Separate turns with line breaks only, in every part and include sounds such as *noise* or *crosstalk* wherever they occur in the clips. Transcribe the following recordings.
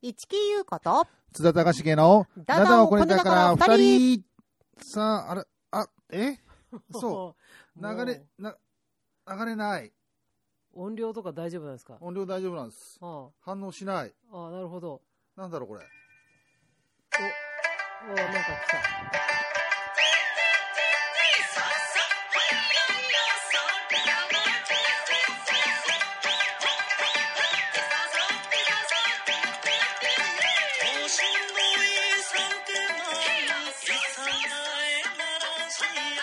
一木優子と、
津田隆重の、
ダ
ダ
ダ
ダ
を
を
こ
こ
ね
ね
た
た
か
からら
二
二
人
人。さあ、あれ、あ、
*laughs*
えそ
もう
流れ、な、流れない。
音量とか大丈夫なんですか
音量大丈夫なんです。
あ
反応しない。
あああなるほど
なんだろう、これ。
おおなんか来た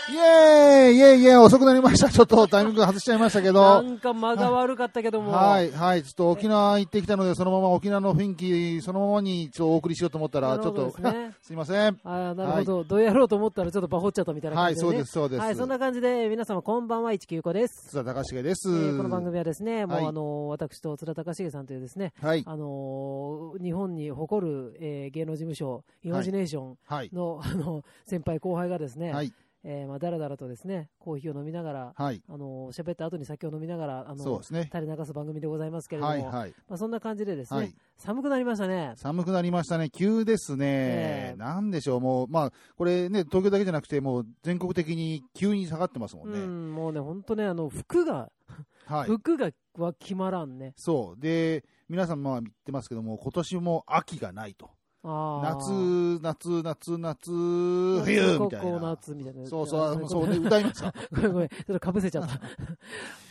イエーイイエーイイエーイ遅くなりました。 *laughs* ちょっとタイミング外しちゃいましたけど。
なんか間が悪かったけども
はい、はい、ちょっと沖縄行ってきたので、そのまま沖縄の雰囲気、そのままにちょっとお送りしようと思ったら、
なる
ちょ
ほ
っ
ど
と、 *laughs*
ですね
すいません。
ああなるほど、どうやろうと思ったらちょっとバホっちゃったみたいな
は
感
い、
じで、
そ
ね、
うです、そうです。
はいそんな感じで皆様こんばんは市木優子です、
津田隆重です、
えーこの番組はですね、
は
も
いう
あの私と津田隆重さんというですね
はい、
あのー日本に誇る、えー芸能事務所イマジネーション
はい、
の,、あの先輩後輩がですね、
はい、
えーまあ、だらだらとですねコーヒーを飲みながら、
はい、
あのー喋った後に酒を飲みながらあの
そうですね。
垂れ流す番組でございますけれども、
はい、はい、
まあ、そんな感じでですね、
はい。
寒くなりましたね。
寒くなりましたね、急です
え
ね、
え
なんでしょう、もう、まあ、これね、東京だけじゃなくて、もう全国的に急に下がってますも
うん
ね。
ん、もうね、本当ね、あの服が、
はい、
服がは決まらんね。
そう、で、皆さん、まあ、言ってますけども、今年も秋がないと、
あー
夏、夏、夏、夏、冬みたい
高校
な。
夏みたいな。
そうそう、
あ
あ
の
のそうね、
ごめん
歌いま
*laughs*
した。
ごめんごめん、ちょっとかぶせち
*laughs*
ゃった。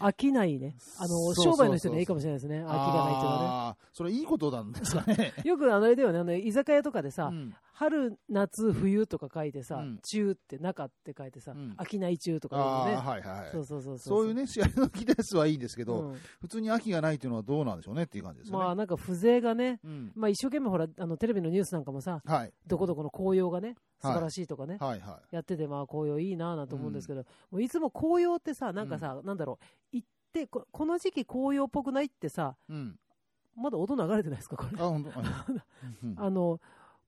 飽きないね。あ
そ
の、
うそうそう
商売の人にはいいかもしれないですね。飽きがないっていうのはね。
あーそれいいことなんですかね。
よくあのあれだよね、あの居酒屋とかで
う
さ、
ん
春、夏、冬とか書いてさ、
うん
中って中って書いてさ、
うん
飽きない中とか
あ
言う
ー
よね。
はいはいはい。
そうそうそう
そういう
ね。
ね、試合の季節はいいですけど、
うん
普通に秋がないというのはどうなんでしょうねっていう感じですよね。
まあなんか風情がね、
うん
まあ一生懸命ほら、あのテレビのニュースなんかもさ、
はい、
どこどこの紅葉がね、素
はい
晴らしいとかね、
はい、は
やってて、まあ紅葉いいなぁなんて思うんですけど、もういつも紅葉ってさ、なんかさ、なんだろう、行ってこ、この時期紅葉っぽくないってさ、
い。う
*laughs*
ん。
まだ音流れてないですか、これ
あ、。本当。あうん
あの、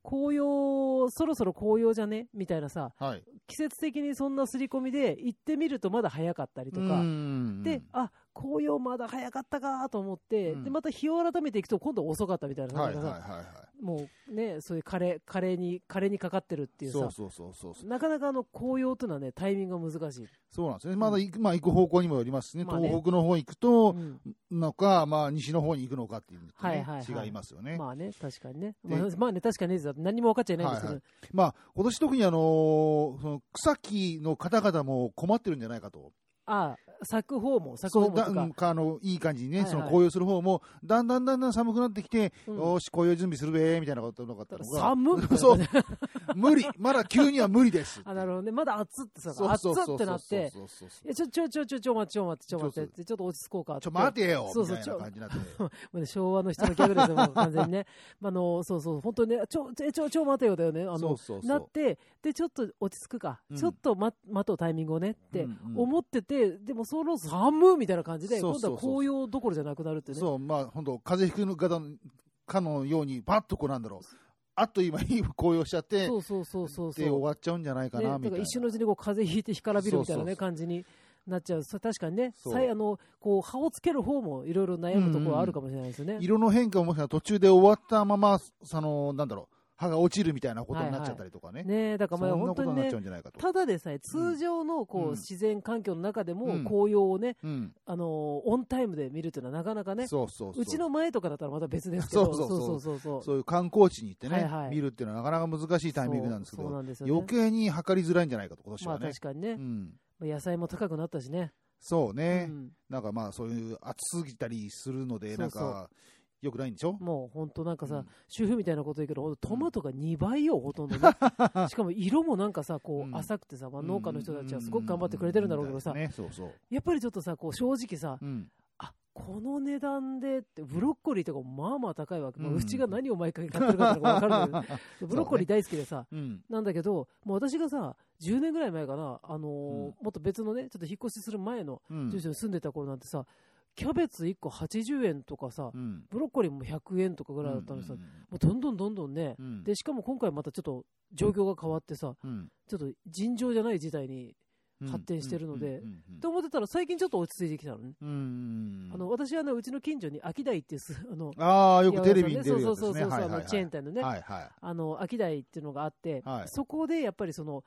紅葉、そろそろ紅葉じゃねみたいなさ、
はい。
季節的にそんな刷り込みで、行ってみるとまだ早かったりと
う
か、
ん
で、あ紅葉まだ早かったかと思って、
うん
で、また日を改めていくと、今度遅かったみたいな、
はい、
な
は
ん
い、
かさ
は
もうね、そういうカレー、カレーに、カレーにかかってるってい
い。
うさ、
そうそうそうそう。
なかなかあの紅葉というのはね、タイミングが難しい。
そうなんですね。まだ行く、まあ、行く方向にもよりますしね。
まあね
東北の方行く
う
と、
ん
のか、まあ、西の方に行くのかっていうのと
はい
ね
はいはい
違いますよね。
まあね、確かにね。
で
まあ、まあね、確かにね、何も分かっちゃいないんですけど、
はいまあ、今年特にあのーその草木の方々も困ってるんじゃないかと。
ああ、咲く方も、咲く
そ
方
う
も
だ
と
う
か
ん、かあのいい感じにね、
はいはい
その紅葉する方も、だんだんだんだん寒くなってきて、
うん
よーし、紅葉準備するべーみたいなことなかったのが、
寒っ
*laughs* そう、無理、まだ急には無理です。
*laughs* あ、なるほどね、まだ暑ってさ、
そう
暑
そうそう
ってなって、
そうそうそう
いやちょ、ちょ、ちょ、ちょ、ちょ、待って、ちょ、待って、ちょ、待
そう
っ
そ
て、ちょっと落ち着こうか。
ちょ、待てよ
そう
み
そう
たいな感じになって。
もうね昭和の人のギャグですよ、もう完全にね。 *laughs* まあ、あの、そうそう、本当にね、ちょ、ちょ、ちょ、ちょ、待てよだよね。あ
そ
の
う、そうそう
なって、で、ちょっと落ち着くか。
うん
ちょっと待待とうタイミングをねって
うんうん
思ってて、でもそろそろ寒みたいな感じで、
そう
今
そうそ
度
う
は紅葉どころじゃなくなるってね。
そう、まあ、本当風邪ひく方かのように、パッとこうなんだろう、あっと今に紅葉しちゃって、
そうそうそうそうそう。
で終わっちゃうんじゃないか
ね、
な、
だ
みた
から
いな。
一瞬のうちにこう風邪ひいて干からびるみたいな、
そうそ
ね、
うそう
感じになっちゃう、そう確かにね、
そう
さいあのこう葉をつける方もいろいろ悩むところはあるかもしれないですよね。
色の変化ももしかしたら途中で終わったまま、その、なんだろう、歯が落ちるみたいなことになっちゃったりとかね。
ねだか
そん
らま
な
あ本
こと
当
に
に
なっ
ね
ちゃう、んじゃないかと。
ただでさえ通常のこう、
うん
自然環境の中で
う
も
ん
紅葉をね、
うん
あのーオンタイムで見るというのはなかなかね、
そうそうそう
うちの前とかだったらまた別ですけど、
そうそうそう
そうそうそう
そういう観光地に行ってね、
はいはい
見るっていうのはなかなか難しいタイミングなんですけ
そ
ど、
うなんですよね
余計に測りづらいんじゃないかと、今年
ま
は
あ
ね
確。かにね
う、ん、
まあ野菜も高くなったしね。
そうね、
うん
なんかまあ、そういう暑すぎたりするので、
そ
な
うんそう
か、よくないんでしょ
もう本当なんかさ、
うん
主婦みたいなこと言うけど、ほんとトマトが2倍よ、ほとんどね、
*laughs*
しかも色もなんかさ、こ
う
うん浅くてさ、まあ、農家の人たちはすごく頑張ってくれてるんだろうけどさ、
ね、そうそう。
やっぱりちょっとさ、こう正直さ、
うん、
あこの値段でって、ブロッコリーとかもまあまあ高いわけ、まあ、
うん、
うちが何を毎回買ってるかってのが分かるんだけど
*laughs*
ブロッコリー大好きでさ、
うん、
なんだけど、もう私がさ、10年ぐらい前かな、あのー
うん
もっと別のね、ちょっと引っ越しする前の
うん
*laughs* 住所に住んでた頃なんてさ、キャベツ1個80円とかさ、
うん
ブロッコリーも100円とかぐらいだったのにさ、もうどんどんどんどんね、
うん
でしかも今回またちょっと状況が変わってさ、
うん
ちょっと尋常じゃない事態に
うん
発展してるので
うんうん
と思ってたら最近ちょっと落ち着いてきたのね。
うんうんうん
あの私はね、うちの近所に秋台っていうす、 *laughs* あの、
ああ、よくテレビに出るやつで
そ
す
うそう
ね。
そうそ
は
う、
いは
あ
いは
の
い
チェーン店のね、
はいはい。
あの、秋台っていうのがあって、
はい
そこでやっぱりその、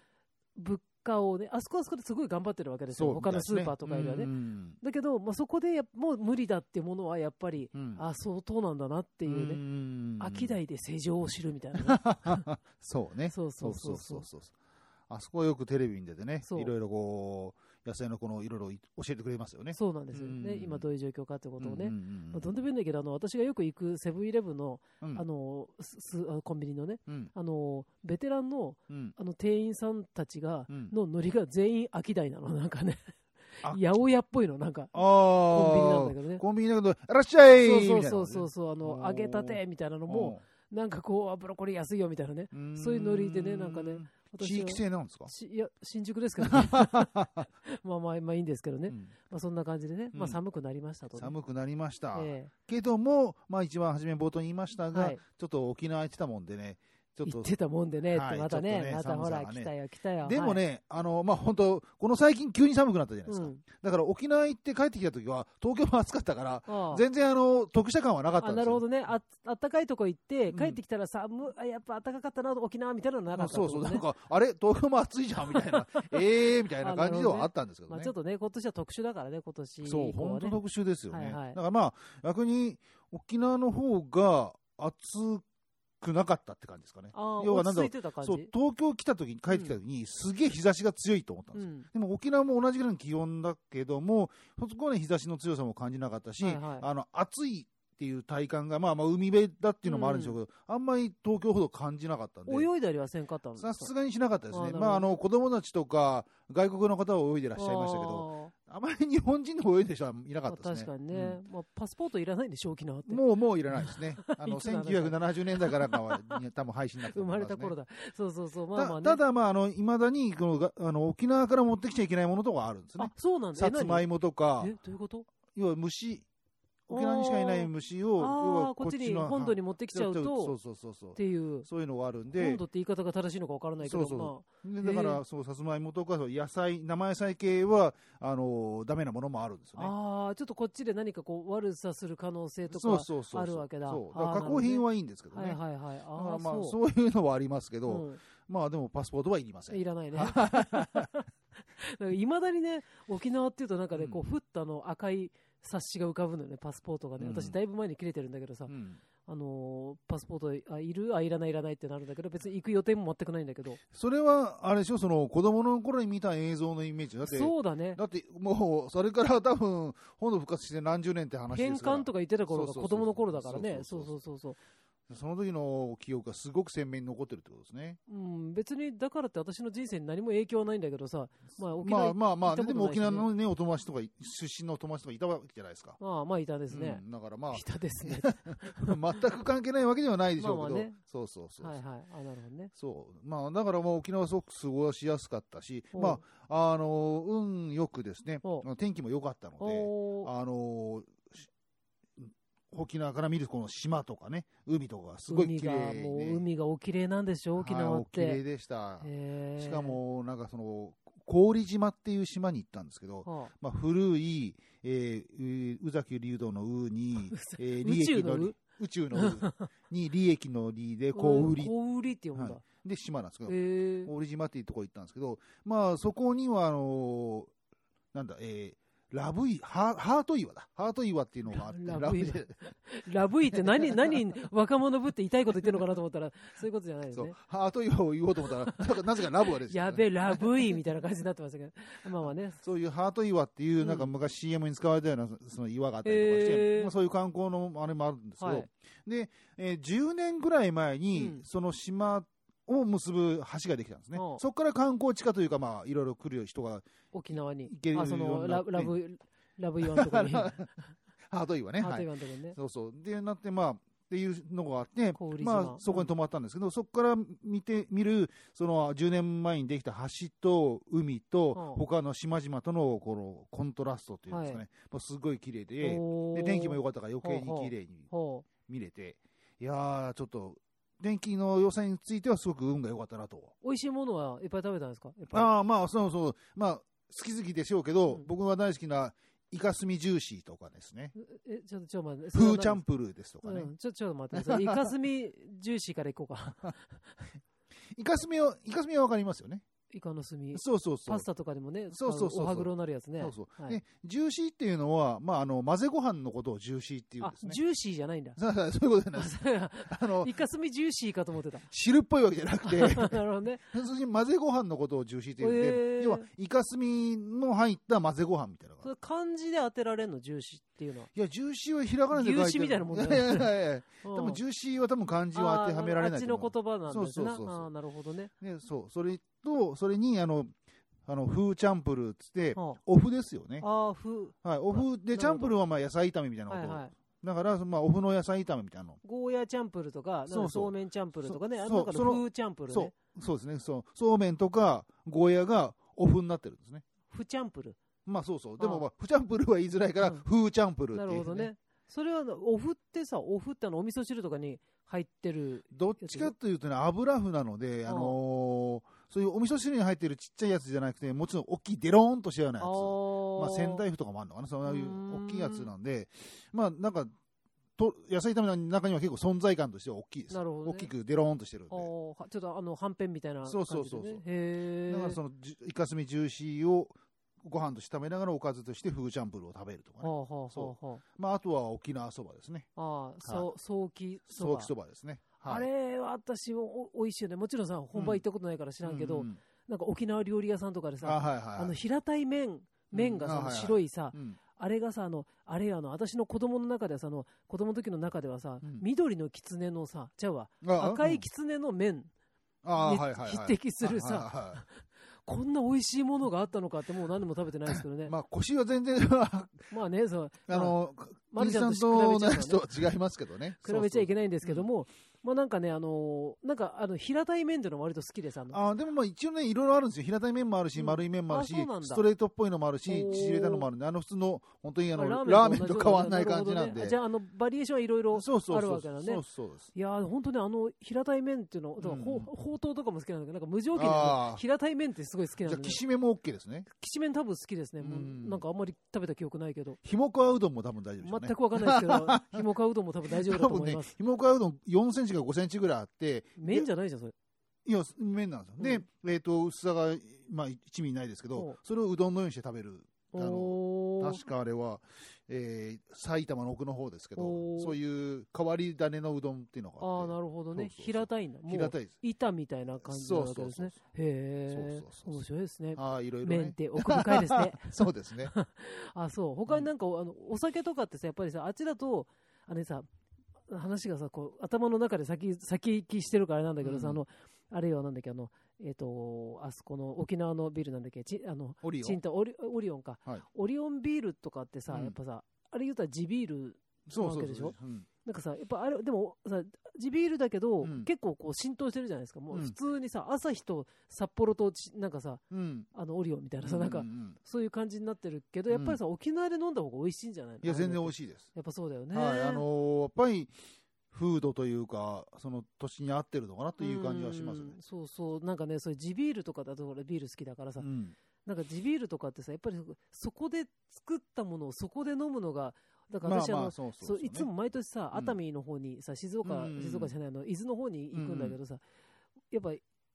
物価をね、あそこはあそこですごい頑張ってるわけです
そ
よ。
う
他のスーパーとかよりはね。
うん
だけど、まあ、そこでやっもう無理だってものはやっぱり、
うんうん
あ、相当なんだなっていうね、
ね
秋台で世情を知るみたいなね、
*laughs* そうね。
そうそ
そうう
そ
そうう
そ
そうう。そう。あそこはよくテレビに出てね、
そう
いろいろこう、野菜のこのいろいろい教えてくれますよね。
そうなんですよね、
うん
今どういう状況かってことをね。
うんうんうん
まあ、どんでもいいんだけど、あの私がよく行くセブンイレブンの,、
うん
あのすすあのコンビニのね、
うん
あのベテランの
うん
あの店員さんたちが、
うん
のノリが全員秋代なの、 *laughs* なんかね
あ、
八百屋っぽいの、なんか、
あ
コンビニなんだ
ー
けどね。
コンビニだけど、いらっしゃい
そう
み
そ
たいうな
そうそうそう、あ
お
の
ー
揚げたてみたいなのも、なんかこう、あブロッコリー安いよみたいなね、
うん
そういうノリでねなんかね私は
地域性なんですか
しいや新宿ですけど
*laughs*
ね、まあまあまあいいんですけどね、
うん
まあ、そんな感じでね、
うん
まあ、寒くなりましたと、ね。
寒くなりました。
え
けども、まあ一番初め冒頭に言いました
え
が、
はい、
ちょっと沖縄行ってたもんでね、ちょっ
言
と
っ。てたもんでね、
はい
ま
ち
た
ょっ
ね
とね
またほら、
寒さがね
来たよ、来たよ。
でも
はい、
ね、あの、まあ本当この最近急に寒くなったじゃないです
う
か。
ん、
だから沖縄行って帰ってきた時は、東京も暑かったから、
ああ
全然あの、得した感はなかった
あ
んです
なる
よ。
ほどねあ、あったかいとこ行って、
うん
帰ってきたらさ、むあやっぱ暖かかったな、沖縄みたいなのなか
あ
ったって
そ
こ
うそ
と
う、
ね、
なんか、あれ東京も暑いじゃんみた
*laughs*
いな、ええーみたいな感じではあったんですけど
まあ、
ね
ちょっ。とね、今年は特殊だからね、今年以降は、
そう、
ね、
本当特集ですよね。
はいはい
だからまあ、逆に沖縄の方が暑くなかったって感じですかね。
ああ
要はな
落
んだ
ち着
ろ
いてた感じ
そう、東京来た時に、帰ってきた時に、すげえ日差しが強いと思ったんですよ。
ん、
でも沖縄も同じぐらいの気温だけども、そこはね、日差しの強さも感じなかったし、
はいはい
あの暑いっていう体感が、まあ、まあ海辺だっていうのもあるんでしょうけど、あんまり東京ほど感じなかったんで、
泳いだりはせんかったんですか
さすがにしなかったです
あな
ね、
るほど
まあ、あの子供たちとか、外国の方は泳いでらっしゃいましたけど、あまり日本人でも泳いでる人はいな
あ
か
ー、
っ
ま
た
あ
ですね。
確かにね、まあ、パスポートいらないんでしょ、沖縄って。
うんもう、もういらないです
*laughs*
ね。あの、
いつなのか
1970年代からかは、多分配信になって
生まれた頃
だ
だ。そうそうそう、まあまあ
た
ね。
ただ、まあ、あの、いまだに、このが、あの、沖縄から持ってきちゃいけないものとかあるんですね
あ。そうなんだ。
さつまいもとか
も。え、、どういうこと
要は虫、沖縄にしかいない虫を、要
ああ
は
ー、こっちに、本土に持ってきちゃう
そ
と
う、そうそうそう
っ
そ
て
う。
いう、
そういうのがあるん
本
で
土、って言い方が正しいのか分からないけ
そ
ど、
うそう
まあ。
でだか
へ
ら、
え
そう、さつまいもとか、そう野菜、生野菜系は、あのー、ダメなものもあるんですよね。
ああ、ちょっとこっちで何かこう悪さする可能性とか。
そうそうそう。
あるわけだ
そう。だか
あー
ら加工品はいいんですけど
は
ね。
い
だか
はいはい。あ
らまあ、
あ、そう。
そういうのはありますけど、
う
まあでもパスポートはいりませ
ん、い
ん。*laughs*
らないね。いまだにね、沖縄っていうとなんかね、こう、ふっとあの赤い冊子が浮かぶのよね、パスポートがね。
うん
私、だいぶ前に切れてるんだけどさ、
うん
あのーパスポートあいるあ、いらない、いらないってなるんだけど、別に行く予定も全くないんだけど。
それは、あれでしょ、その、子供の頃に見た映像のイメージ。だって、
そうだね。
だって、もう、それから多分、本土復活して何十年って話で
返
すから。
還とか言ってた頃が
そうそうそう
子供の頃だからね。そ
そうう
そ
そうう
そうそう。
その時の記憶がすごく鮮明に残ってるってことですね。
うん、別に、だからって私の人生に何も影響はないんだけどさ、まあ沖縄
まあまあま
行
あ、
ったこ
で
と
も
ない
沖
しね
縄のね、お友達とかい、出身のお友達とかいたわけじゃないですか。
まあまあいたですね
う。んだからまあ
い、たで
*laughs*
すね。
全く関係ないわけではないでしょうけど、
まあまあね
そうそうそう。
はいはい。あ、なるほどね。
そう。まあ、だからまあ、沖縄はすごく過ごしやすかったし、
おう
まあ、あの、運よくですね
お、
天気も良かったので、
おー
あの、し沖縄から見るこの島とかね、海とかがすごい
海
綺
が
麗、ね、
もう海がお綺麗なんでしょ、沖縄っ
はいお綺麗
て。
でした。
へー
しか、も、なんかその、郡島っていう島に行ったんですけど、
はあ
まあ、古い、えー、う宇崎竜道のうに、えー、
*laughs* 宇宙のう
利利宇宙の
*laughs*
うに利益の利で、
う
小
ん
売り
小売りって呼ぶんだ。
はで島なんですけど、
へー
小売島っていうとこ行ったんですけど、まあ、そこには、あのーなんだ、えー、ラブイハ、ハート岩だ。ハート岩っていうのがあって、
ララブ岩
ラブ
ラブイって何、何、若者ぶって痛いこと言ってるのかなと思ったら、 *laughs* そういうことじゃないです
そう
ね。、
ハート岩を言おうと思ったら、なんかなぜかラブが出てきた
やべえ、ラブイみたいな感じになってましたけど。まあまあね。
そういうハート岩っていう、
ん
なんか昔 CM に使われたようなその岩があったりとかして、
へー
まあ、そういう観光のあれもあるんですけど、
はい
で、えー10年ぐらい前
うん
に、その島を結ぶ橋ができたんですね。
おう
そこから観光地化というか、まあ、いろいろ来る人が、
沖縄に
行け。る
あ、そ
よ
の、
うな
ララブ、ラブイワンと
*laughs*
こに。ハ
ハート岩ね。
ー
は
トイ
い。
ワンとこにね。
そうそう。で、なって、まあ、っていうのがあって
小売、島
まあ、そこに泊まったんですけど、そこから見て、見る、その10年前にできた橋と海と、
うん
他の島々との、この、コントラストというんですかね、もうすごい綺麗で、で天気も良
かっ
かったから余計に綺麗に
た。ほ
見れて、いやー、ちょっと、天気の良さについてはすごく運が良かったなと。
う美味しいものはいっぱい食べたんですかやっぱり
ああ、まあ、そうそう、まあ、好き好きでしょうけど、
うん
僕は大好きなイカスミジューシーとかですね、
え、ちょっと、ちょっと待って。
プーチャン
プ
プルーですとかね、
うん、ちょ、ちょっと待って。
*laughs*
それイカスミジューシーからいこうか。 *laughs*
イカスミを、イカスミはわかりますよね。
イカの炭。
そうそうそう
パス。タとかでもね、
そうそうそうそう
あのおはぐろになるやつね。
そうそう、
はい
でジューシーっていうのは、まあ、あの混ぜご飯のことをジューシーっていうん
あ
です、ね。
ジューシーじゃない
*laughs*
んだ。
そうそうそういうことじゃないです。あの
イカスミジューシーかと思ってた。
汁っぽいわけじゃな
*laughs*
くて、
なるほどね。
普通に混ぜご飯のことをジューシーって言うんで、
へー
要はイカスミの入った混ぜご飯みたいなのが。
それ漢字で当てられるの、ジューシーっていうのは。
いや、ジューシーはひらがなで書いてある。
牛脂みたいなもんだ
だ
よ
よ
ね
ね。いやいやいや多
多
分ジューシーは多分漢字は当てはめられない
あーあっち
と
の
思う
言葉なんですね。
そうそうそうそう
ああ、なるほどね。
ね、そう、それと、それに、あの、あの、フーチャンプルーっつって、
は
お麩ですよね。
ああ、ふ、
はい、お麩
なるほど
で、チャンプルーはまあ野菜炒めみたいなこ
はい
と。
はい。
だから、まあ、お麩の野菜炒めみたいなの。
ゴーヤチャンプルとか、なんか
そうそう
そうめんチャンプルとかね、
そ
あの中
そ
の
の
風チャンプル
そ
ね
う。、そうですね。そう、そうめんとか、ゴーヤがお麩になってるんですね。
ふチャンプル。
まあ、そうそう。で
ああ
も、まあ、フチャンプルーは言いづらいから、
うん
フーチャンプルー
な
って
る
いう、
ほどね。。それは、おふってさ、おふってあの、お味噌汁とかに入ってる。
どっちかというとね、油麩なので、
あ
あ
あ
のーそういうお味噌汁に入ってるちっちゃいやつじゃなくて、もちろん大きいデローンとしたような
あ
や
あ
つ。
ー。
まあ、仙台府とかもあるのかな、そういう
うーん
大きいやつなんで、まあ、なんか、と野菜炒めの中には結構存在感としては大きいです。
なるほどね
大きくデローンとしてるんで
あ。ーはちょっとあの、はんぺんみたいな感じで、ね。
そうそうそうそう
へえ。
だからその、じゅイカスミジューシーをご飯として食べながらおかずとしてフグチャンプルーを食べるとかね。
はあはあは
そ
あは
まあ、あとは沖縄そばですね。
あ。ああ、そう、早期そば
ソーキそばですね。はい
あれは私もお美味しいよね。もちろんさ、本場行ったことないから知らんけど、
うう
なんか沖縄料理屋さんとかで
あ、
さ、
はいはい。
あの平たい麺、麺が
うん
さ、
あはいはい
白いさ、
うん
あれがさ、あの、あれあの、私の子供の中ではさ、あの、子供の時の中ではさ、
うん
緑の狐のさ、ちゃうわ、
あ
赤い
き
狐の麺、
あ
に
はいはいはい
匹敵する
は
さ
いはいは
こんな美味しいものがあったのかってもう何でも食べてないですけどね。
い
ま
まあ、腰は全然、 *laughs* あ
あね、そう、
の、
まるちゃん
さ
と
ん
比
と
べち
同
ゃうから
じとは違いますけどね。
*laughs* 比べちゃい
ない。
けないんですけども、まあなんかね、あのーなんかあの平たい麺っていうのも割と好きでさ、あの
あーでもまあ一応ね、いろいろあるんですよ。平たい麺もあるし、
うん
丸い麺もあるし
あそうなんだ
ストレートっぽいのもあるし、
おー
縮れたのもあるんで、あの普通の、本当にあの、
まあ
ラーメン
と同
と
じ
変わらない感じな
る
ん
ほどね
で。
あじゃあ、あの、バリエーションいろいろ。
そうそう
ある
そ
わ
う
け
そ
だ
う。
ね
そうそうです。
いやー、本当ね、あの、平たい麺っていうの、だからほう
うん
ほうとうとかも好きなんだけど、なんか無条件
あー
で平たい麺ってすごい好き
じゃ
なんだ
あ、
ね。
きしめも OK ですね。
きしめん多分好きですね。もう
うん
なんかあんまり食べた記憶ないけど。
ひもかわうどんも多分大丈夫ですよね。
全くわかんないですけ
*laughs*
ど、ひもかうどんも多分大丈夫だと
多分
思い
ね
ます。、
ひもかわうどん4センチから5センチぐらいあって、
麺じゃないじゃん、それ。
いや、麺なんですよ。
う
で、えっと、薄さが、まあ、1ミリないですけ
お
ど
う、
それをうどんのようにして食べる。あの
おー
確かあれは、えー埼玉の奥の方ですけど
おー、
そういう変わり種のうどんっていうのが
あ
あ
あ、
って
なるほどね。
そうそうそう
平たいんだ。も
平
う
たいです。
板みたいな感じなわけですね。
そう
へえ
そうそう、そう
面白いですね。
ああ、いろいろ、ね。
麺って奥深いですね。
そうです
*laughs*
ね。
あ、そう。他になんか、あの、お酒とかってさ、やっぱりさ、あっちだと、あれさ、話がさ、こう、頭の中で先、先行きしてるからあれなんだけどさ、
うん
あの、あれはなんだっけ、あの、えっ、と、あそこの沖縄のビールなんだっけ、ちあの、
オリオ
チン
ン。
タオリオリオンか、
はい
オリオンビールとかってさ、
うん
やっぱさ、あれ言うたら地ビール、
そうそ
わけ
う
でし
そ
ょ
う。うん
なんかさ、やっぱあれ、でもさ、地ビールだけど、
うん
結構こう浸透してるじゃないですか。もう
うん
普通にさ、朝日と札幌とち、なんかさ、
うん。
あの、オリオンみたいなさ、なん
う
か
う、ん
そういう感じになってるけど、やっぱりさ、沖縄で飲んだ方が美味しいんじゃないの
いや、全然美
や
味しいです。
っぱそうだよね。
はい。あのーやっぱり、風土というか、その土地に合ってるのかなという感じはしますね
うん。そうそう。なんかね、そういう地ビールとかだと、俺ビール好きだからさ、
うん
なんか地ビールとかってさ、やっぱりそこで作ったものをそこで飲むのが、だから
まあ
私、あ
ま
の
あ、、そうそ
そうう。いつも毎年さ、
うん
熱海の方にさ、静岡、
うん
静岡じゃないあの、伊豆の方に行くんだけどさ、やっぱ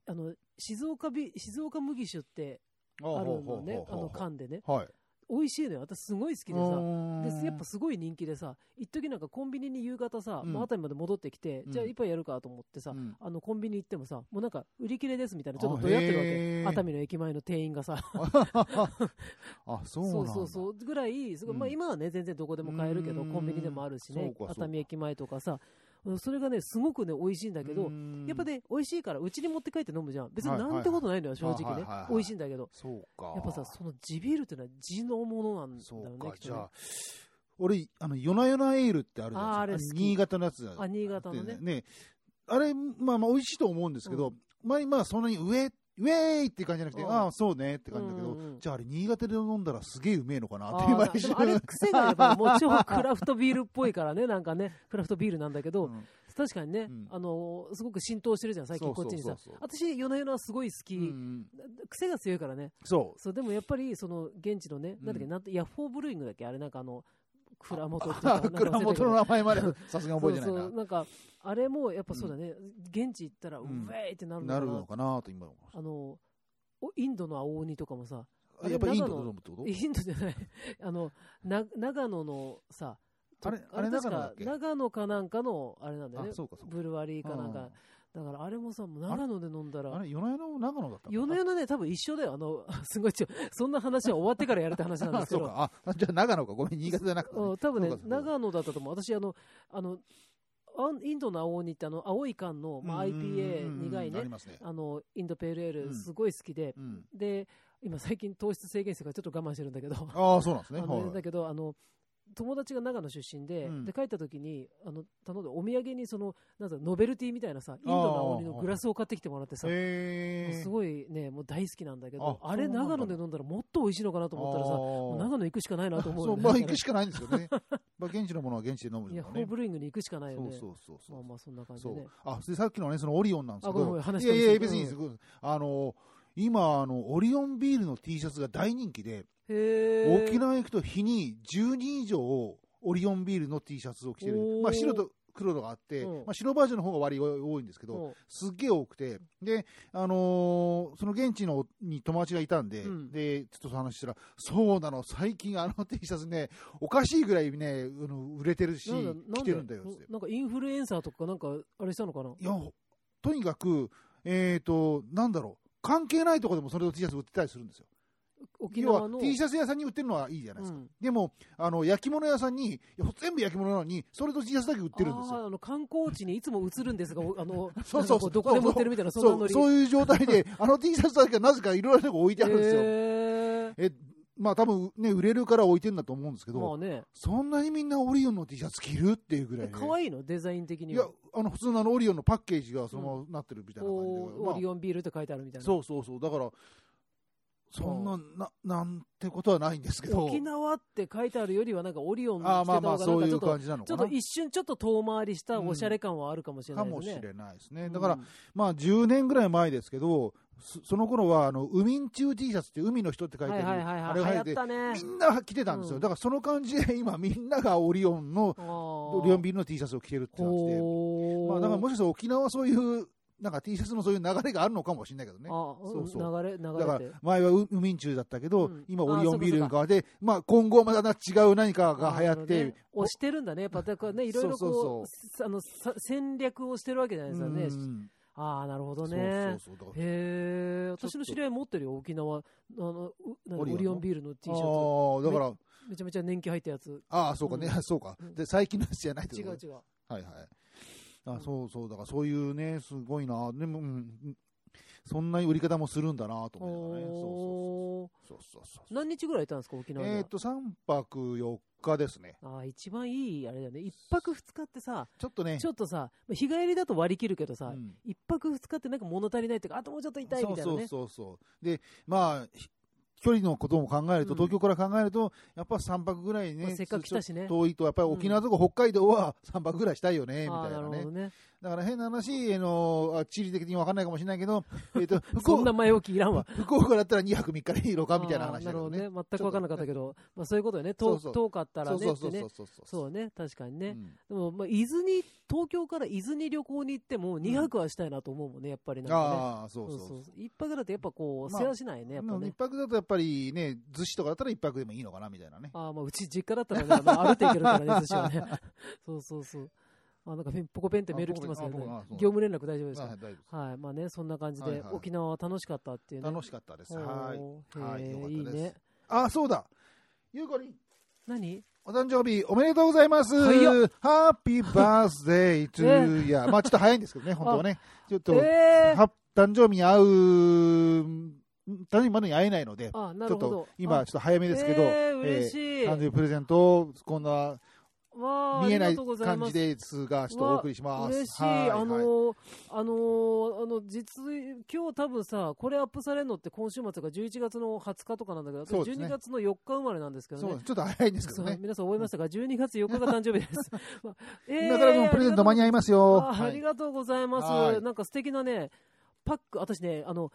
あの静岡ビ静岡麦酒って
あ
あるのね、あの
感
缶でね、
はい。
美味しいのよ、私、すごい好きでさ、
さ
でやっぱすごい人気でさ、一時なんかコンビニに夕方さ、
うん
もう熱海まで戻ってきて、
うん
じゃあ一杯やるかと思ってさ、 *laughs*
うん *laughs*
あのコンビニ行ってもさ、もうなんか売り切れですみたいな、ちょっ
あ
とどやってるわ
へ
け、
ー
熱海の駅前の店員がさ、
あ、そうなん
そう
だ。
そうそう、ぐらい、すごい
うん
まあ、今はね、全然どこでも買えるけど、
うん
コンビニでもあるしね
そう、かそう
熱
か
海駅前とかさ、うんそれがね、すごくね、美味しいんだけど、
うん
やっぱ、ね、美味しいから、うちに持って帰って飲むじゃん、別に
はいはい
なんてことないのよ、正
あ
直
は
ね
いはいは、い
美味しいんだけど、
そうか。
やっぱさ、その地ビールっていうのは地のものなんだ
そ
よね
うか、、
きっ
じ
と
ゃ
ね
あ、俺、あの、夜な夜なエールってあるじゃないです
あーあれ好
か。
き
新潟のやつだ
あ新潟のね
であれ、まあまあ、美味しいと思うんですけど、まあまあ、そんなに上、ウェーイって感じじゃなくて、
うん
ああ、そうねって感じだけど、
うんうん
じゃああれ、新潟で飲んだらすげえうめえのかなって
あ
今
ー
一
で
瞬
*laughs* もあれ癖がやっぱもう超クラフトビールっぽいからね、なんかね、クラフトビールなんだけど、
うん
確かにね、
うん
あのすごく浸透してるじゃん、最近こっちにさ。
そうそうそう
私、夜な夜なすごい好き、
うんうん
癖が強いからね。
そう。
そう、でもやっぱり、その、現地のね、なんだっけ、
うん
なんて、ヤッホーブルーイングだっけあれなんかあの、蔵元っていうか
あ、
なんか
蔵
忘れたけ
元
ど
の名前
*laughs*
まで、さすがに覚えてない
そう
な
そう。なんかあれもやっぱそうだね、現地行ったらう
う
ウ
ん
ェーイってなるの
な
かな
るのかなと今思いまし
あのおインドの青鬼とかもさ
た。あやっぱりインドの飲むってこと
インドじゃないあのな長野のさ
あれ
と
あれ
確
長野だ
か
っけ
長野かなんかのあれなんだよね
あ、そうかそうか。
ブルワリーかなんか、だからあれもさもう長野で飲んだ
うんあ
ら
れ、夜な夜な長野だった
夜な
夜
夜なね多分一緒だよあの *laughs* すごい違うそんな話は終わってからやるって話なんで
あ、
すけ
そう
ど
か。あ、じゃあ長野か。ごめん、新潟じゃなくてね。
うん、多分ね
そうか、そうか
長野だったと思う。私、あの、あの、あんインドの青鬼って、あの、青い缶の、まあ、IPA
うん
苦い
あり
ね、
ますね。
あの、インドペールエー
う
ル、
ん
すごい好きで、
うん。
で、今最近糖質制限してるからちょっと我慢してるんだけど、あ
ああ、そうなんですね。
のねだ
は
けど、あの、友達が長野出身で、
うん
で、帰った時に、あの、頼んで、お土産に、その、なんだ、ノベルティみたいなさ、インドの青鬼のグラスを買ってきてもらってさ
い。、へ
もうすごいね、もう大好きなんだけど、
あ
あれ
そうなんだ
長野で飲んだらもっと美味しいのかなと思ったらさ、もう
あー
長野行くしかないなと思う
そ
よ
う、
ね
まあ行くしかないんですよね。まあ現地のものは現地で飲む
い
よ
や、
ね。
ホーブルイングに行くしかないよね。
そうそうそうそう。
まあまあ、そんな感じ
そ
で
う
ね。
あ、それでさっきのね、そのオリオンなんですけ
あごめんご
ど
めん、話
い
飛
や
び
い
そう
や、別にすごい、あの、今、あの、オリオンビールの T シャツが大人気で、
へー
沖縄行くと日に10人以上オリオンビールの T シャツを着てる
お。ー
まあ、白と黒とがあって、
うん
まあ、白バージョンの方が割合多いんですけど、
うん
すっげえ多くて、で、あのーその現地のに友達がいたんで、
うん
で、ちょっと話したら、そうなの、最近あの T シャツね、おかしいぐらいね、あの売れてるし
なんだなん、で
着てるんだよって。
なんかインフルエンサーとか、なんか、あれしたのかない
や、とにかく、えっ、と、なんだろう、関係ないとこでもそれを T シャツ売ってたりするんですよ。
沖
要
縄
は
の。
T シ
ャ
ャツ屋さんに売ってるのはいいじゃないですか。
うん
でも、あの、焼き物屋さんに、いや全部焼き物なのに、それと T シャツだけ売ってるんです
あ
よ。
ーあの、観光地にいつも映るんですが、おあの、
そうそうそう
なんかこどこでも売ってるみたいな、そんな
そ
ノ
う、
リ。
そういう状態
*laughs*
で、あの T シャツだけはなぜかいろいろなとこ置いてあるんですよ。
へー
え、まあ多分ね、売れるから置いてんだと思うんですけど、
まあね、
そんなにみんなオリオンの T シャツ着るっていうぐらい
え
ね。
可愛いのデザイン的
い
に
や
は。、
あの、普通のあのオリオンのパッケージがそのままなってるみたいな感じで。ま
お
あ
オリオンビールって書いてあるみたいな。
そうそうそう。だから、そんな、な、なんてことはないんですけど。
沖縄って書いてあるよりは、なんかオリオンに
ああ
して
まあ
た方
まあ、そう
が、なんか
い
ちょ
う
っと
感、じなの
ちょ
か
っ
な
と。一瞬ちょっと遠回りしたおしゃれ感はあるかもしれな
か
いで
も
す
し
ね。
れないですね。だから
う、ん
まあ、10年ぐらい前ですけど、そその頃は、あの、海ん中 T シャツって海の人って書いて
は
あ
い
る、
はいはいはい、
あれが
流
入
行
っ、
ってたね
みんな着てたんですよ。
うん
だから、その感じで今、みんながオリオンの、オリオンビ
ビ
ールの T シャツを着てるって感じで、
ほー
まあ、だからもしかしたら沖縄はそういう、なんか T シャツのそういう流れがあるのかもしれないけどね。
あ
そうそ
流れ流
だか
れ
ら
て
前はう海ん中だったけど、
うん
今
あー
オリオンビール
そ
の
うか
代わりで、まあ、今後また違う何かが流行っ
な
て、
るほどね押してるんだねやっぱだからねいろいろこう
そうそう
あのさ戦略をしてるわけじゃないですかね
うん
ああなるほど
そう
ね
そうそうだから
へえ
ちょっと
私の知り合い持ってるよ沖縄あのうなんか
オリオ
オ
ンの
リオンビールの T シャ
ああだから
ツめちゃめちゃ年季入ったやつ
ああそうかね、
う
そうか
うん
で最近のやつじゃないって
違
こ
う
と
違う
はいはい
うん
あそうそうだからそういうねすごいなでも、うん、そんな売り方もするんだなと思いながらね
おー
そうそうそうそうそうそう
何日ぐらいいたんですか沖縄では
えっ、と3泊4日ですね
ああ一番いいあれだよね一泊二日ってさ
ちょっとね
ちょっとさ日帰りだと割り切るけどさ、
うん
一泊二日ってなんか物足りないっていうか、あともうちょっと痛いみたいなね。
そうそうそうそうでまあひ距離のことも考えると、
うん
東京から考えるとやっぱ3泊ぐらい
ま
ね
あ、せっかく来たしね。
遠いとやっぱり沖縄とか北海道は3泊 *laughs* ぐらいしたいよね、
あ
み
あ
たい
な
な
るほ
ね
どね。
だから変な話、えーのあ地理的に分かんないかもしれないけど、え
*laughs*
ー、と福
そんな
岡
前置きいらんわ。
福岡だったら2泊3日でいいのかみたいな
あ
話
ー
だけ
なるほ
ど
ど
ね。
ね。全く分かんなかったけど、まあそういうことよね。
そ
遠
うそう
遠かったら
そう
ね
そ
っ
うそ
て
う
ね
そ。うそう
そうね、確かに
う
ね。
ん
でも、まあ、伊豆に、東京から伊豆に旅行に行っても、2泊はしたいなと思うもんね、やっぱりなんかね。
ああ、そうそうそう。
一泊だとやっぱこう、
まあ
世話しないね、やっぱ
1
ね。
泊だとやっぱりね、逗子とかだったら1泊でもいいのかなみたいなね。
ああ、まあ、うち実家だったらね、
*laughs*
あの歩いていけるからね、寿司はね。そうそうそう。あ、なんかペン、ポコペンってメール来てますけどね
あポコペンあポコペンあそう。
業務連絡大丈夫ですか
はい大丈
はい、まあね、そんな感じ
はい
で、
はい
沖縄は楽しかったっていう
夫
ね。
楽しかったです。はい。
い
はいよかった
いい
です
ね。
あ、そうだ。ゆうこりん、
何
お誕生日おめでとうございます。
はいよ
ハッピーバースデートゥーや。まあちょっと早いんですけど
*laughs*
ね、本当はね。ちょっと、
えー
は誕生日に会う、ん誕生日までに会えないので、ち
あ、な
ょ
る
っ
ほ
と
ど。
今、
あ
ちょっと早めですけど、
えー嬉しい。
誕生日プレゼントをこんな
わあ、
見えな
あ
い
りがとうござい
感
ます
じですが、ちょっとお送りします。
嬉しい、
は
あの
はい
ーあのーあの実今日多分さこれアップされるのって今週末が11月の20日とかなんだけど、
そうですね
12月の4日生まれなんですけど
そう
ね
ですちょっと早いんですけ
そ
ど
う
ね。
皆さん覚えましたか12月4日が誕生日
*laughs*
です、まあえー
今からでもプレゼント間に合いますよ。
あ
は
あ
い
りがとうございます、
はい
なんか素敵なねパック私ねあの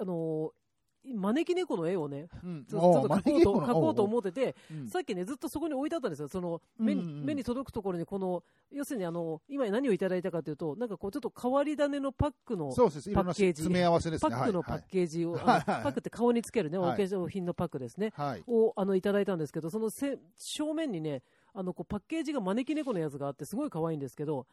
あのー招き猫の絵をね、
うん
ちょ
お
ちょっと
う
描こうと描こうと思ってて、
おううん
さっきね、ずっとそこに置いてあったんですよ、その目に,、
うんうん
目に届くところに、この要するにあの今、何をいただいたかというと、なんかこう、ちょっと変わり種のパックの、
そうです。いろんな
パッケージ
詰め合わせです
パ
ね。
ックの
はい
パ
はい
ッケージを、
*laughs* はい
あの
はいはい
パックって顔につけるね、
はい
お化粧品のパックですね、
はい。
をあのいただいたんですけど、そのせ正面にね、あのこうパッケージが招き猫のやつがあって、すごい可愛いんですけど、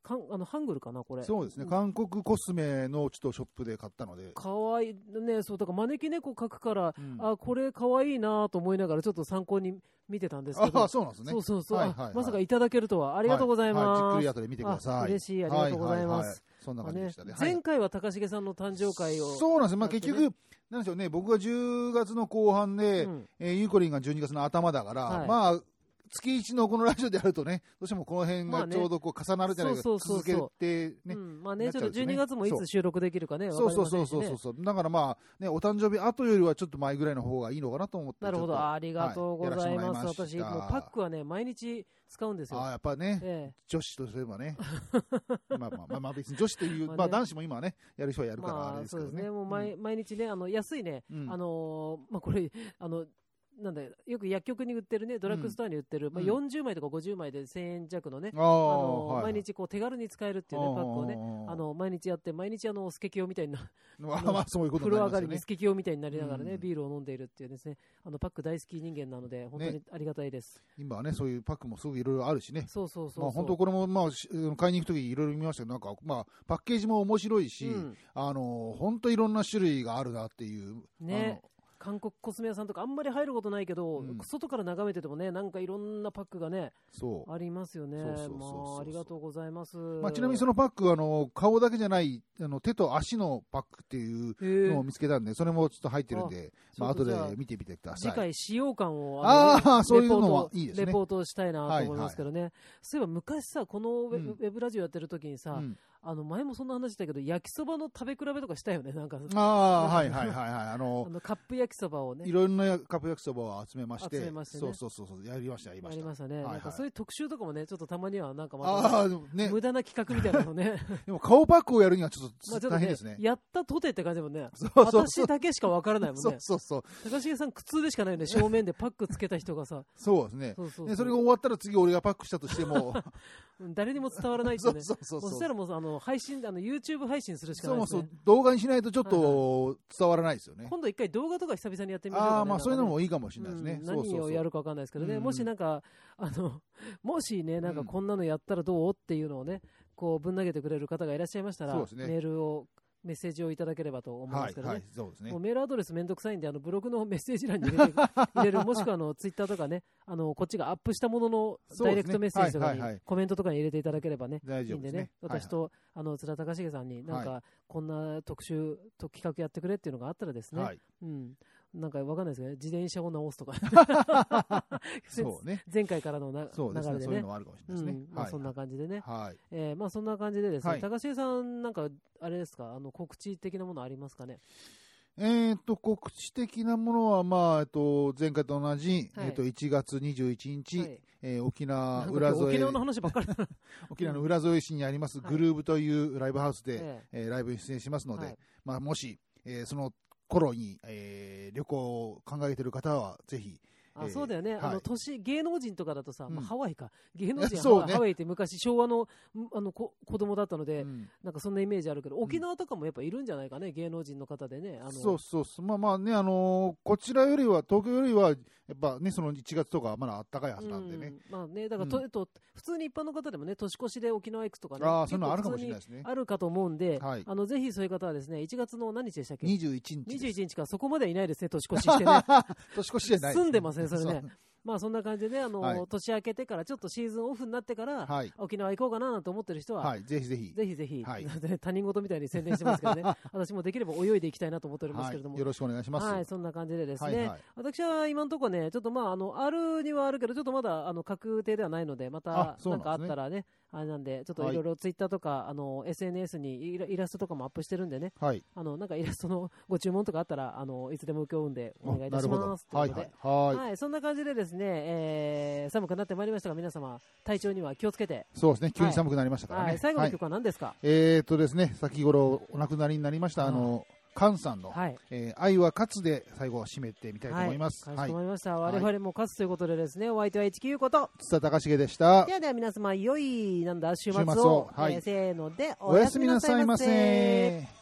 かんあのハングルかな、これ。
そうですね。韓国コスメのちょっとショップで買ったので。
可愛いね、そうだから招き猫描くから、
うん
あこれ可愛いなと思いながら、ちょっと参考に見てたんですけど
あ、そうなんですね。
そうそうそう、
はいはいはい
あまさかいただけるとは、ありがとうございます。
ははじっくり後で見てくださ
あ
い。
嬉しいありがとうございま
は
す
ははそんな感じでしたね。
まあ
はい
前回は高重さんの誕生会を、
そうなんです。まあ
やって
結
ね
局、なんでしょうね、僕が10月の後半で、
うん
えーゆうこりんが12月の頭だから、
はい
まあ、月一のこのラジオでやるとね、どうしてもこの辺
まあ
が
ね
ちょうどこう重なるじゃないですか、
そうそうそうそう
続けてね。
うんまあね、
なっ
ち
ち
ょ
ゃ
っ
う
と
んですよね
12月もいつ収録できるかね、わか
そう
り
そう
ませ
そ
ん
う
し
そうそ
ね
う。そう、だからまあ、ね、お誕生日後よりはちょっと前ぐらいの方がいいのかなと思って、
なるほ
ちょっ
ど、ありがとうございます。
はいやらせ
私、
て
も
も
う
らいました
パックはね、毎日使うんです
とああ
よ。
やっぱね、
え
女子とすれば
*laughs*
ね、まあまあまあ、まあ、別に女子という、
ま
まあ、
あね
男子も今はね、やる人はや
え
るからあ
ま
れ
あ、
です
そう
け
で
どね。
すね、もう毎,、毎日ね、あの安いね、
うん
あのーまあ、これ、あの、なんだよよく薬局に売ってるね、ドラッグストアに売ってる、まあ、
うん
40枚とか50枚で1000円弱のね、
あ
あ
あ
のー
はい
毎日こう手軽に使えるっていうね、パックをね、あ、の毎日やって、毎日あのスケキヨみたいな
まあまあ、そういうことに
風
なり
呂上
ます
が
よ
り
ね
に。スケキヨみたいになりながらね、
うん
ビールを飲んでいるっていうですね、あのパック大好き人間なので、本当に
ね
ありがたいです。
今はね、そういうパックもすごくいろいろあるしね。
そうそうそうそう。
まあ本当これもまあし買いに行くときいろいろ見ましたけど、なんかまあパッケージも面白いし、
うん
あの本当いろんな種類があるなっていう。
ね韓国コスメ屋さんとかあんまり入ることないけど、
うん
外から眺めててもね、なんかいろんなパックがね、
あのそう。
ありますよね。
そうそうそうそう
まあ、ありがとうございます。
まあちなみにそ
の、
のパックはあの顔だけじゃないあの手と足のパックっていう
え
のを見つけたんで、それもちょっと入ってるんで、まあ
ちょ
後
っと
で
じゃあ
見てみてくださ
次
い。
回使用感を
あ
の
あそういうのはいいですね
レポートレポートしたいなと思いますけどね、そういえば昔さこのウェ,、
うん
ウェブラジオやってる時にさ、
うん
あの前もそんな話したけど焼きそばの食べ比べとかしたよねなんか
ああはいはいはいはいあ
あ
の。
のカップ焼きそばをね
いろんなカップ焼きそばを集めまして、
集めましてね
そうそうそうそうやりましたやりま
や
し
り
た。
ましたね、
はいはい
なんかそういう特集とかもねちょっとたまにはなんか
あ
ま
あでも
た、
ね
無駄な企画みたいなのね
*laughs* でも顔パックをやるにはちょっ
まあ
と
ちょっと
大変ですね。
やったとてって感じだもんね
*laughs* そうそうそう
私だけしかわからないもん
そう
ね
そうそう。
高重さん苦痛でしかないよね正面でパックつけた人がさ
そうですね。
そうそうそう
ねそれが終わったら次俺がパックしたとして
*laughs*
も、
うん誰にも伝わらないって
*laughs* そ
ね
うそうそうそう。
もうしたらもうあの配信あの YouTube 配信するしか
そ
ないうです
そ
ね
う動画にしないとちょっ
は
と伝わらないですよね。
今度一回動画とか久々にやってみようか
ああー、
ね
まあそういうの
なんかね
もいいかもしれないですね。
うん
そうそうそ
何
う
をやるか分かんないですけどね、
うん
もしなんか、あのもしね、なんかこんなのやったらどうっていうのをね、こうぶん投げてくれる方がいらっしゃいましたら、
そうですね
メールを、メッセージをいただければと思うんで
は
す
い
けどね。
はい、そうですね
もう。メールアドレスめんどくさいんで、あのブログのメッセージ欄に入
*laughs*
れて入れる、もしくはあのツイッターとかね、あのこっちがアップしたものの
そうですね
ダイレクトメッセージとか
はいはいは
に
い、
コメントとかに入れていただければね、
大
いい
丈夫
ん
で
で
す
ね、
ね。はいはい
私と、あの津田隆重さんに、なんか、こんな特集と企画やってくれっていうのがあったらですね、
はい。
うん、なんかわかんないですけどね、自転車を直すとか、 *laughs*
そうね。
前回からのな、
そうです
流
ね。
れで
そういう
ね
の。もあるかもしれ
う
ないですね
ん。まあ
はい
そんな感じでね、
はい。
えーまあそんな感じでですね、
はい
高重さん、なんかあれですか、あの告知的なものありますかね、
えーっと、告知的なものは、まあ、えっと、前回と同じ、
はい
えっと、1月21日、
はい
えー沖縄
なんか
浦添
沖縄の話ばっかりだな、
沖縄の浦添市にあります
はい
グルーブというライブハウスで、
え
*laughs* えーライブに出演します
え
ので、
はい
まあ、もし、えーその頃に、えー旅行を考えている方は、ぜひ、
あ
えー
そうだよね、あ
は
の
い
年芸能人とかだとさ、ま
う
あ、
ん
ハワイか、芸能人ハ
*laughs* そう
ワ,、
ね
イって昔、昭和のんあのこ子供だったので、
うん
なんかそんなイメージあるけど、沖縄とかもやっぱいるんじゃないかね、芸能人の方でね。あの
そうそうそう、まあまあね、あのーこちらよりは、東京よりは、やっぱね、その1月とかはまだあったかいはずなんでね、
うんまあね、だからと、
うん
えっと、普通に一般の方でもね、年越しで沖縄行くとかね、
ああ、そういうのあるかもし
結
れな
構
い
普通に
ですね。
あるかと思うんで、
はい
あのぜひそういう方はですね、1月の何日でしたっけ
21日です。
21日か、そこまでいないですね、年越ししてね。
*laughs* 年越しじゃない。
住んでますねそれね
う。
*laughs* まあそんな感じでね、あの、
はい
年明けてから、ちょっとシーズンオフになってから、
はい。
沖縄行こうかななんて思ってる人は、
はい。ぜひぜひ。
ぜひぜひ、
はい
*laughs* 他人事みたいに宣伝してますから
*laughs*
ね、私もできれば泳いでいきたいなと思っております
は
けれども、
い。よろしくお願いします。
はい、そんな感じでですね、
はいはい
私は今のところね、ちょっとまあ、あの、あるにはあるけど、ちょっとまだ、あの、確定ではないので、また
あ、そう
な
なんんですね
かあったらね、あれなんで、ちょっといろいろツイッターとか、あの、SNS にイライラストとかもアップしてるんでね、
はい。
あの、なんかイラストの *laughs* ご注文とかあったら、あの、いつでも請け負うんで、お願いい
あ
たします。と
はいいう
こと
は
で
い。は
はいい、。そんな感じでですね、えー寒くなってまいりましたが、皆様、体調には気をつけて、
そうですね、急に寒くなりましたからね。
はい、最後
は
の
い
曲は何ですか
えーっとですね、先頃お亡くなりになりました、あの、カンさんの、
はい。
えー愛は勝つで最後は締めてみたいと思います。
かし
はい。
こま
はい、
りました。
はい
我々も勝つということでですね、お相手は HQ こと。
津田隆重でした
で。はでは皆様、良い、なんだ、週末を、
週末をはい
えーせーので、
おやすみなさいま
おやすみなさいま
せ。